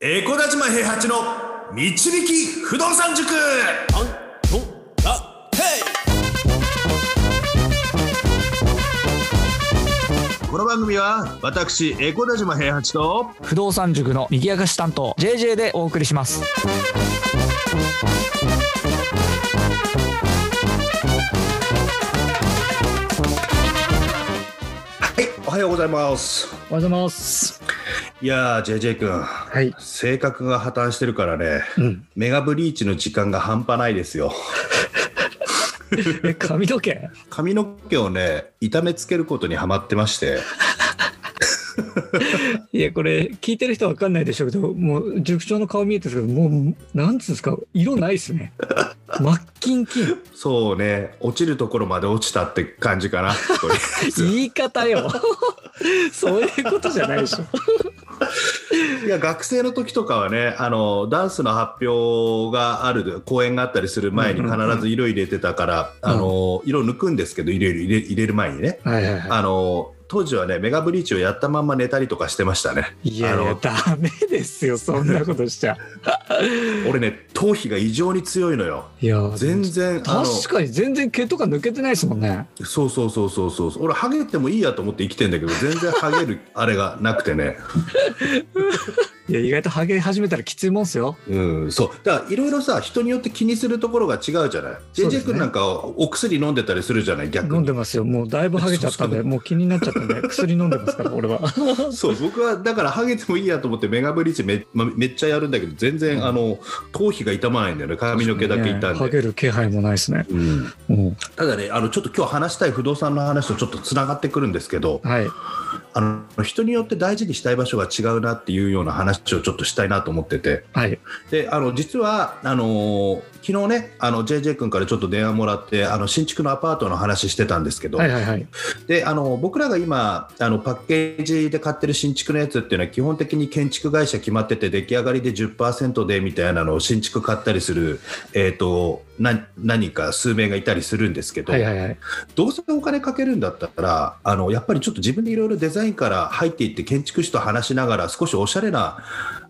エコダ島平八の導き不動産塾アントラテこの番組は私エコダ島平八と不動産塾の賑やかし担当 JJ でお送りしますはいおはようございますおはようございますいやー JJ 君はい性格が破綻してるからねうんメガブリーチの時間が半端ないですよえ髪の毛髪の毛をね痛めつけることにはまってましていやこれ聞いてる人わかんないでしょうけどもう塾長の顔見えてるんですけどもうなんつうんですか色ないです ね真っ金金そうね落ちるところまで落ちたって感じかなとりあえず言い方よ そういうことじゃないでしょいや学生の時とかはねあのダンスの発表がある公演があったりする前にうん必うんうんず色入れてたから、うんあの色抜くんですけど入れる入れ入れる前にね、はいはいはあの当時はねメガブリーチをやったまんま寝たりとかしてましたねいいやいあやのダメですよそんなことしちゃ俺ね頭皮が異常に強いのよいや全然あの確かに全然毛とか抜けてないですもんねそうそうそうそうそう俺ハゲてもいいやと思って生きてんだけど全然ハゲる あれがなくてねいや意外とハゲ始めたらきついもんっすようん、そうだからいろいろさ人によって気にするところが違うじゃない、そうですね JJ 君なんかお薬飲んでたりするじゃない逆に 飲んでますよ。もうだいぶハゲちゃったんそうで、もう気になっちゃった んで、薬飲んでますから、俺は。そう僕はだからハゲてもいいやと思ってメガブリーチめ,、 ま、めっちゃやるんだけど全然、うんあの頭皮が痛まないんだよね髪の毛だけ痛んで、ハゲる気配もないですね。うん、うんただねあのちょっと今日話したい不動産の話とちょっとつながってくるんですけどはい。あの人によって大事にしたい場所が違うなっていうような話をちょっとしたいなと思っててはい。であの実はあのー昨日ねあの JJ 君からちょっと電話もらってあの新築のアパートの話してたんですけど、はいはいはい。であの僕らが今あのパッケージで買ってる新築のやつっていうのは基本的に建築会社決まってて出来上がりで10%でみたいなのを新築買ったりする、えー、とな何か数名がいたりするんですけど、はいはいはい。どうせお金かけるんだったらあのやっぱりちょっと自分でいろいろデザインから入っていって建築士と話しながら少しおしゃれな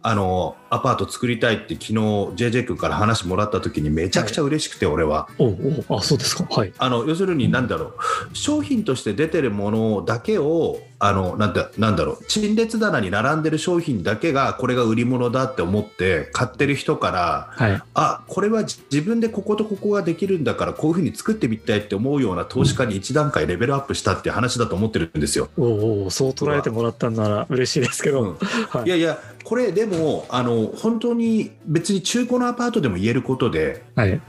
あのアパート作りたいって昨日 JJ 君から話もらった時にめちゃくちゃ嬉しくて、俺は。おうおうあ、そうですか。はい。あの要するに何だろう商品として出てるものだけをあのなんだなんだろう陳列棚に並んでる商品だけがこれが売り物だって思って買ってる人からはい。あこれはじ自分でこことここができるんだからこういうふうに作ってみたいって思うような投資家に一段階レベルアップしたっていう話だと思ってるんですよ。おうおうそう捉えてもらったんなら嬉しいですけど。はいやいやこれでもあの本当に別に中古のアパートでも言えることで、はい。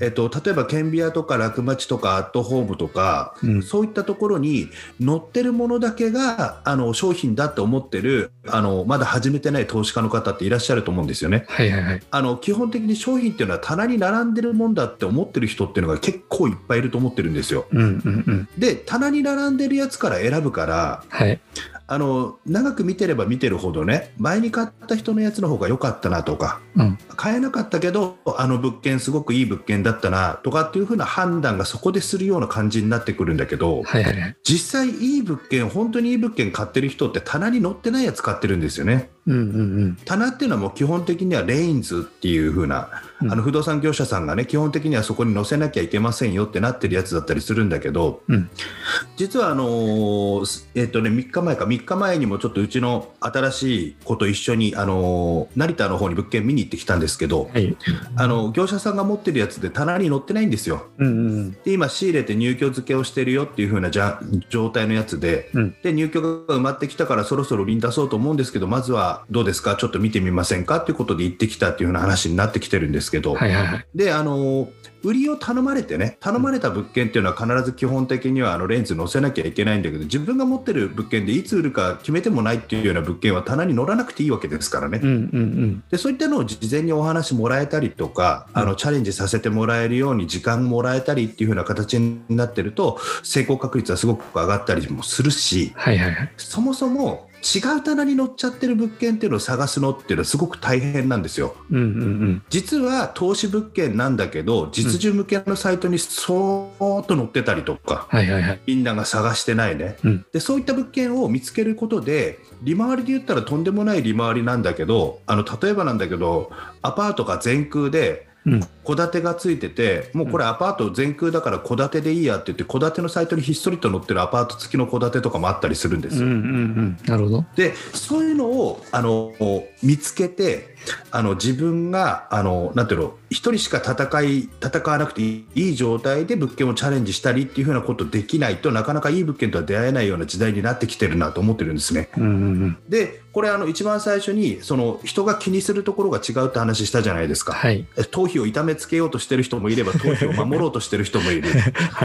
えっと、例えば顕微鏡とか楽町とかアットホームとかうん。そういったところに載ってるものだけがあの商品だと思ってるあのまだ始めてない投資家の方っていらっしゃると思うんですよね。はいはいはい。あの基本的に商品っていうのは棚に並んでるもんだって思ってる人っていうのが結構いっぱいいると思ってるんですよ。うんうんうん。で棚に並んでるやつから選ぶからはい。あの長く見てれば見てるほどね前に買った人のやつの方が良かったなとかうん。買えなかったけどあの物件すごくいい物件だったなとかっていう風な判断がそこでするような感じになってくるんだけど。はいはいはい。実際いい物件本当にいい物件買ってる人って棚に載ってないやつ買ってるんですよねうんうん棚っていうのはもう基本的にはレインズっていう風な、うんあの不動産業者さんがね基本的にはそこに載せなきゃいけませんよってなってるやつだったりするんだけど、うん実はあのーすえっ、とね3日前か3日前にもちょっとうちの新しい子と一緒にあのー成田の方に物件見に行ってきたんですけどうん。はい。あの業者さんが持ってるやつで棚に載ってないんですよ。うんうんで今仕入れて入居付けをしてるよっていう風なじゃ状態のやつで,、うんで入居が埋まってきたからそろそろ売りに出そうと思うんですけどまずはどうですかちょっと見てみませんかっていうことで行ってきたっていう風な話になってきてるんですけど、うん。はいはいはい。であの売りを頼まれてね頼まれた物件っていうのは必ず基本的にはあのレンズ載せなきゃいけないんだけど自分が持ってる物件でいつ売るか決めてもないっていうような物件は棚に乗らなくていいわけですからね。うんうんでそういったのを事前にお話もらえたりとか、あのチャレンジさせてもらえるように時間もらえたりっていう風な形になってると成功確率はすごく上がったりもするしうん。はいはいはい。そもそも違う棚に載っちゃってる物件っていうのを探すのっていうのはすごく大変なんですよ。うんうん実は投資物件なんだけど実需向けのサイトにそーっと載ってたりとか、はいはいはい。みんなが探してないね、うんでそういった物件を見つけることで利回りで言ったらとんでもない利回りなんだけどあの例えばなんだけどアパートが全空でうん戸建てがついててもうこれアパート全空だから戸建てでいいやって言って戸建てのサイトにひっそりと載ってるアパート付きの戸建てとかもあったりするんですうんよ。うんうん。なるほど。でそういうのをあの見つけてあの自分があのなんていうの一人しか戦い戦わなくていいいい状態で物件をチャレンジしたりっていうふうなことできないとなかなかいい物件とは出会えないような時代になってきてるなと思ってるんですね。うんうんうん。でこれあの一番最初にその人が気にするところが違うって話したじゃないですか。はい。頭皮を痛めつけようとしてる人もいれば頭皮を守ろうとしてる人も いる、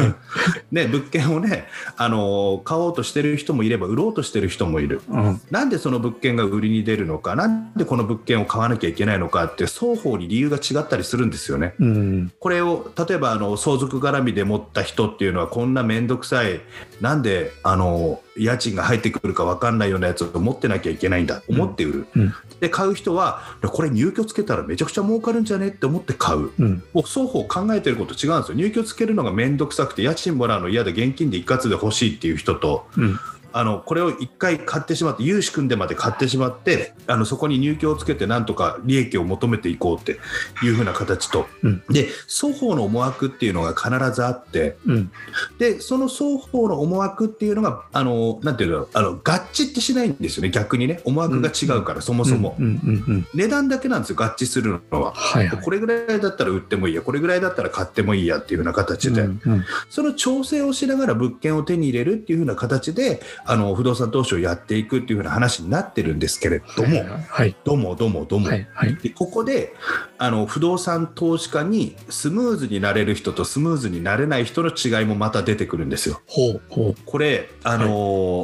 ね、物件をねあの買おうとしてる人もいれば売ろうとしてる人もいるうんなんでその物件が売りに出るのか、なんでこの物件を買わなきゃいけないのかって、双方に理由が違ったりするんですよね。うんこれを例えばあの相続絡みで持った人っていうのは、こんな面倒くさい、なんであの家賃が入ってくるか分かんないようなやつを持ってなきゃいけないんだ、うん思って売る。うんで、買う人は、これ、入居つけたらめちゃくちゃ儲かるんじゃねって思って買う。うんもう双方考えてること違うんですよ。入居つけるのが面倒くさくて、家賃もらうの嫌で、現金で一括で欲しいっていう人と、うんあのこれを1回買ってしまって融資組んでまで買ってしまってあのそこに入居をつけてなんとか利益を求めていこうっていう風な形と、うんで双方の思惑っていうのが必ずあってうんでその双方の思惑っていうのがあのなんていうのあの合致ってしないんですよね逆にね思惑が違うから、そもそも、うんうんうんうん。値段だけなんですよ合致するのは。はいはい。これぐらいだったら売ってもいいやこれぐらいだったら買ってもいいやっていう風な形で、うんうんその調整をしながら物件を手に入れるっていう風な形であの不動産投資をやっていくっていう風な話になってるんですけれども、はいどうもどうもどうも。はいはい。でここであの不動産投資家にスムーズになれる人とスムーズになれない人の違いもまた出てくるんですよ。ほうほう。これあの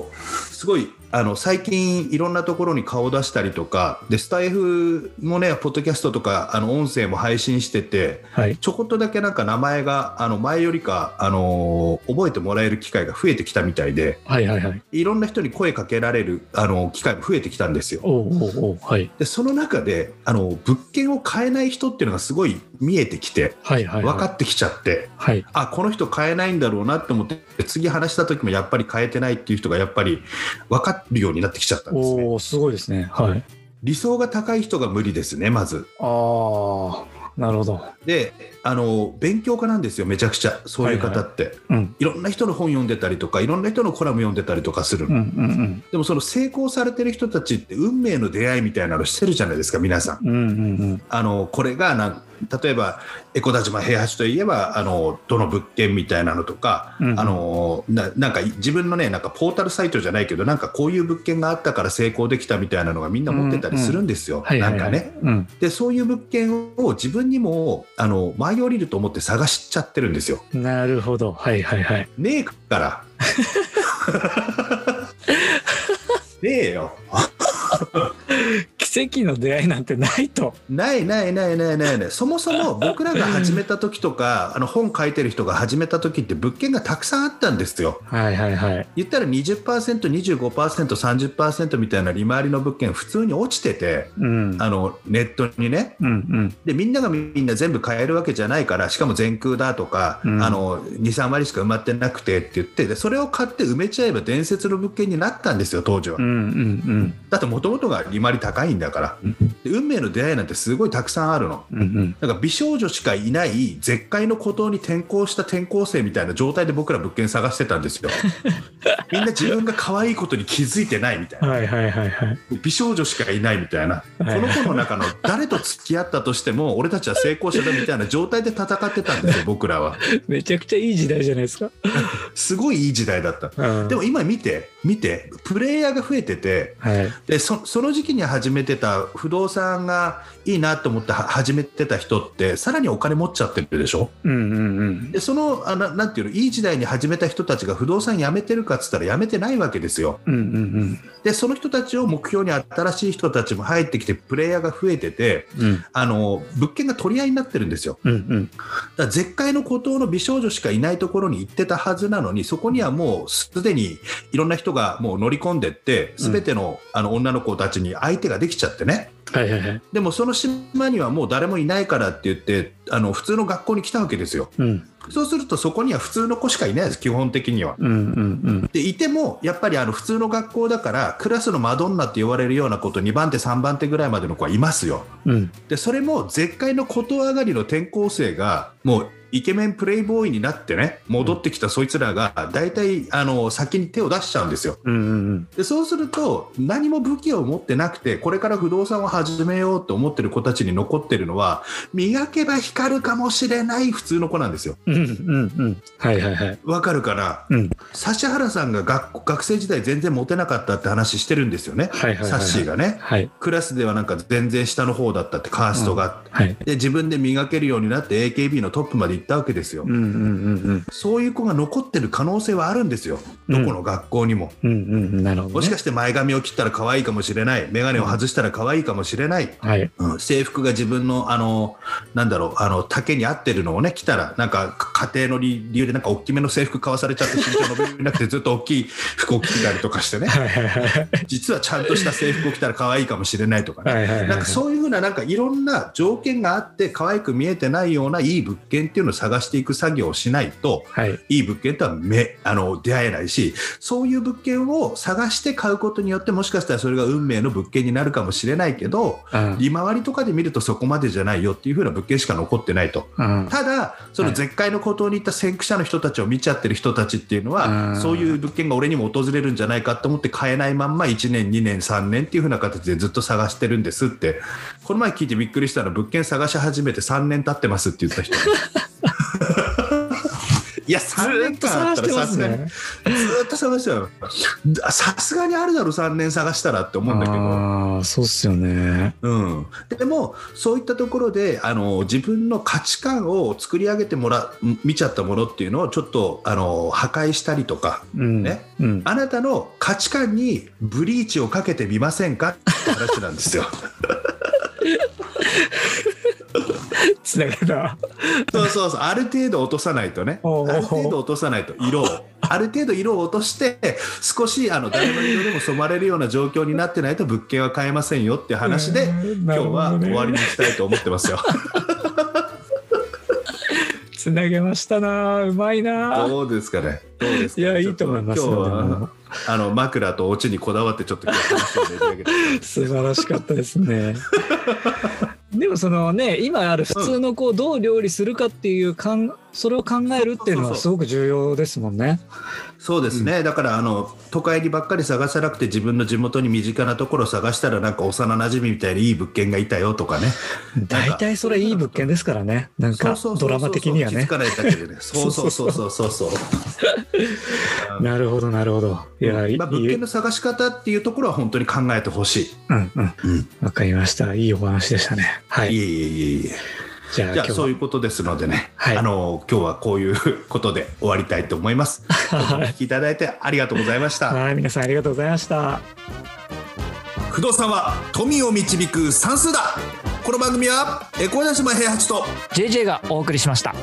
ーすごいあの最近いろんなところに顔を出したりとかでスタイフもねポッドキャストとかあの音声も配信しててはい。ちょこっとだけなんか名前があの前よりか、あのー覚えてもらえる機会が増えてきたみたいではいはいはい。いろんな人に声かけられる、あのー機会も増えてきたんですよ。おうおうおう。はいでその中で、あのー物件を買えない人っていうのがすごい見えてきてはいはい。分かってきちゃって、はい。あこの人買えないんだろうなって思って次話した時もやっぱり買えてないっていう人がやっぱり分かるようになってきちゃったんですね。おおすごいですね。はい。理想が高い人が無理ですねまず。ああなるほど。であのー勉強家なんですよめちゃくちゃそういう方って。うんいろんな人の本読んでたりとか、いろんな人のコラム読んでたりとかするうの、んうんでもその成功されてる人たちって、運命の出会いみたいなのしてるじゃないですか、皆さん。うんうんうんうん。あのこれがなん例えば、エコ田島平八といえばあの、どの物件みたいなのとか、うんあのななんか自分のね、なんかポータルサイトじゃないけど、なんかこういう物件があったから成功できたみたいなのがみんな持ってたりするんですよ、はいは、ないんはい。かね。。うん。で、そういう物件を自分にもあの舞い降りると思って探しちゃってるんですよ、なるほど。はいはいはい。ねえから。ねえよ。奇跡の出会いなんてないと。ないないないないないない。そもそも僕らが始めた時とか、 あの本書いてる人が始めた時って物件がたくさんあったんですよ。はいはいはい。言ったら20%、25%、30%みたいな利回りの物件普通に落ちてて、うん。あのネットにね。うんうん。でみんながみんな全部買えるわけじゃないからしかも全空だとか、うんあの23割しか埋まってなくてって言ってでそれを買って埋めちゃえば伝説の物件になったんですよ当時は、うんうんだってもともとが利回り高いんだからうんで運命の出会いなんてすごいたくさんあるのうんうんだから美少女しかいない絶海の孤島に転校した転校生みたいな状態で僕ら物件探してたん ですよみんな自分が可愛いことに気づいてないみたいなはいはいはいはい。美少女しかいないみたいな、はいこの子の中の誰と付き合ったとしても、俺たちは成功者だみたいな状態で戦ってたんですよ、僕らは。めちゃくちゃいい時代じゃないですか。すごいいい時代だった。うんでも今見て、見て、プレイヤーが増えてて、はい。でそその時期に始めてた不動産がいいなと思っては始めてた人って、さらにお金持っちゃってるでしょ。うんうんうん。で、そのあな、なんていうの、いい時代に始めた人たちが不動産辞めてるかっつったら辞めてないわけですよ。うんうんで、その人たちを目標に新しい人たちも入ってきて、プレイヤーが増えてて、うん。うんあの物件が取り合いになってるんですよ。うんうん。だから絶海の孤島の美少女しかいないところに行ってたはずなのに、そこにはもうすでにいろんな人人がもう乗り込んでってうん全ての,、あの女の子たちに相手ができちゃってねはいはいはい。でもその島にはもう誰もいないからって言ってあの普通の学校に来たわけですようん。そうするとそこには普通の子しかいないです基本的には。うんうんでいてもやっぱりあの普通の学校だからクラスのマドンナって言われるようなこと2番手3番手ぐらいまでの子はいますよ。うん。うん。でそれも絶海のこと上がりの転校生がもうイケメンプレイボーイになってね戻ってきたそいつらが大体あの先に手を出しちゃうんですようんうんでそうすると何も武器を持ってなくてこれから不動産を始めようと思ってる子たちに残ってるのは磨けば光るかもしれない普通の子なんですようん。うんうんうん。はいはいはい。わかるかなうん。指原さんが学校学生時代全然モテなかったって話してるんですよねはいはいはい。サッシー。がねはい。クラスではなんか全然下の方だったってカーストが、はい。で自分で磨けるようになって AKB のトップまで行ったわけですよ、うんうんうんそういう子が残ってる可能性はあるんですよどこの学校にも、うん。うんうん。なるほど、ね。もしかして前髪を切ったら可愛いかもしれない眼鏡を外したら可愛いかもしれない、はい。うん、制服が自分のあのなんだろうあの丈に合ってるのをね着たらなんかか家庭の理理由でなんか大きめの制服買わされちゃって身長伸びなくてずっと大きい服を着てたりとかしてねはいはいはい。実はちゃんとした制服を着たら可愛いかもしれないとかねはいはいはい。なんかそういうふうな、なんかいろんな条件があって、可愛く見えてないようないい物件っていうのを探していく作業をしないと、はい。いい物件とはめあの出会えないし、そういう物件を探して買うことによって、もしかしたらそれが運命の物件になるかもしれないけど、あ利回りとかで見るとそこまでじゃないよっていうふうな物件しか残ってないと。あ。ただ、その絶海の孤島に行った先駆者の人たちを見ちゃってる人たちっていうのは、うんそういう物件が俺にも訪れるんじゃないかと思って買えないまんま1年、2年、3年っていう風な形でずっと探してるんですって、この前聞いてびっくりしたの物件探し始めて3年経ってますって言った人。 いや、ず3ー年っと間あっ探たしてらまさすすがに、ね。ずーっと探してたよさすがにあるだろ、3年探したらって思うんだけど。ああ、そうっすよね。うん、でもそういったところであの自分の価値観を作り上げてもらう見ちゃったものっていうのをちょっとあの破壊したりとかうん。ね。うん。あなたの価値観にブリーチをかけてみませんかって話なんです よ。つながるな。そうそうそうある程度落とさないとねおうおうある程度落とさないと色をある程度色を落として少しあの誰の色でも染まれるような状況になってないと物件は買えませんよっていう話でうん今日は終わり。なるほどにねしたいと思ってますよ。つなげましたな。うまいな。どうですかね。どうですかいや、いいと思いますちょっと今日よは。あの枕とオチにこだわってちょっと今日話を練り上げて。素晴らしかったです ね。でもそのね今ある普通の子をどう料理するかっていうかんそれを考えるっていうのはすごく重要ですもんね。そうですね。だからあの都会にばっかり探さなくて自分の地元に身近なところを探したらなんか幼馴染みみたいにいい物件がいたよとかね。大体それいい物件ですからねなんかそうそうそうそうドラマ的には気づね。かないだけでね。そうそうそうそうそう そう。なるほどなるほど。いやいい、まあ物件の探し方っていうところは本当に考えてほしい。うんうんうん。わかりましたいいお話でしたね。はいいえいえいえいえ。じゃあじ今ゃあ日そはういうことですのでね、はいあの今日はこういうことで終わりたいと思います。お聞きいただいてありがとうございました。はい皆さんありがとうございました。不動産は富を導く算数だこの番組はエコーナシマ平八と JJ がお送りしました。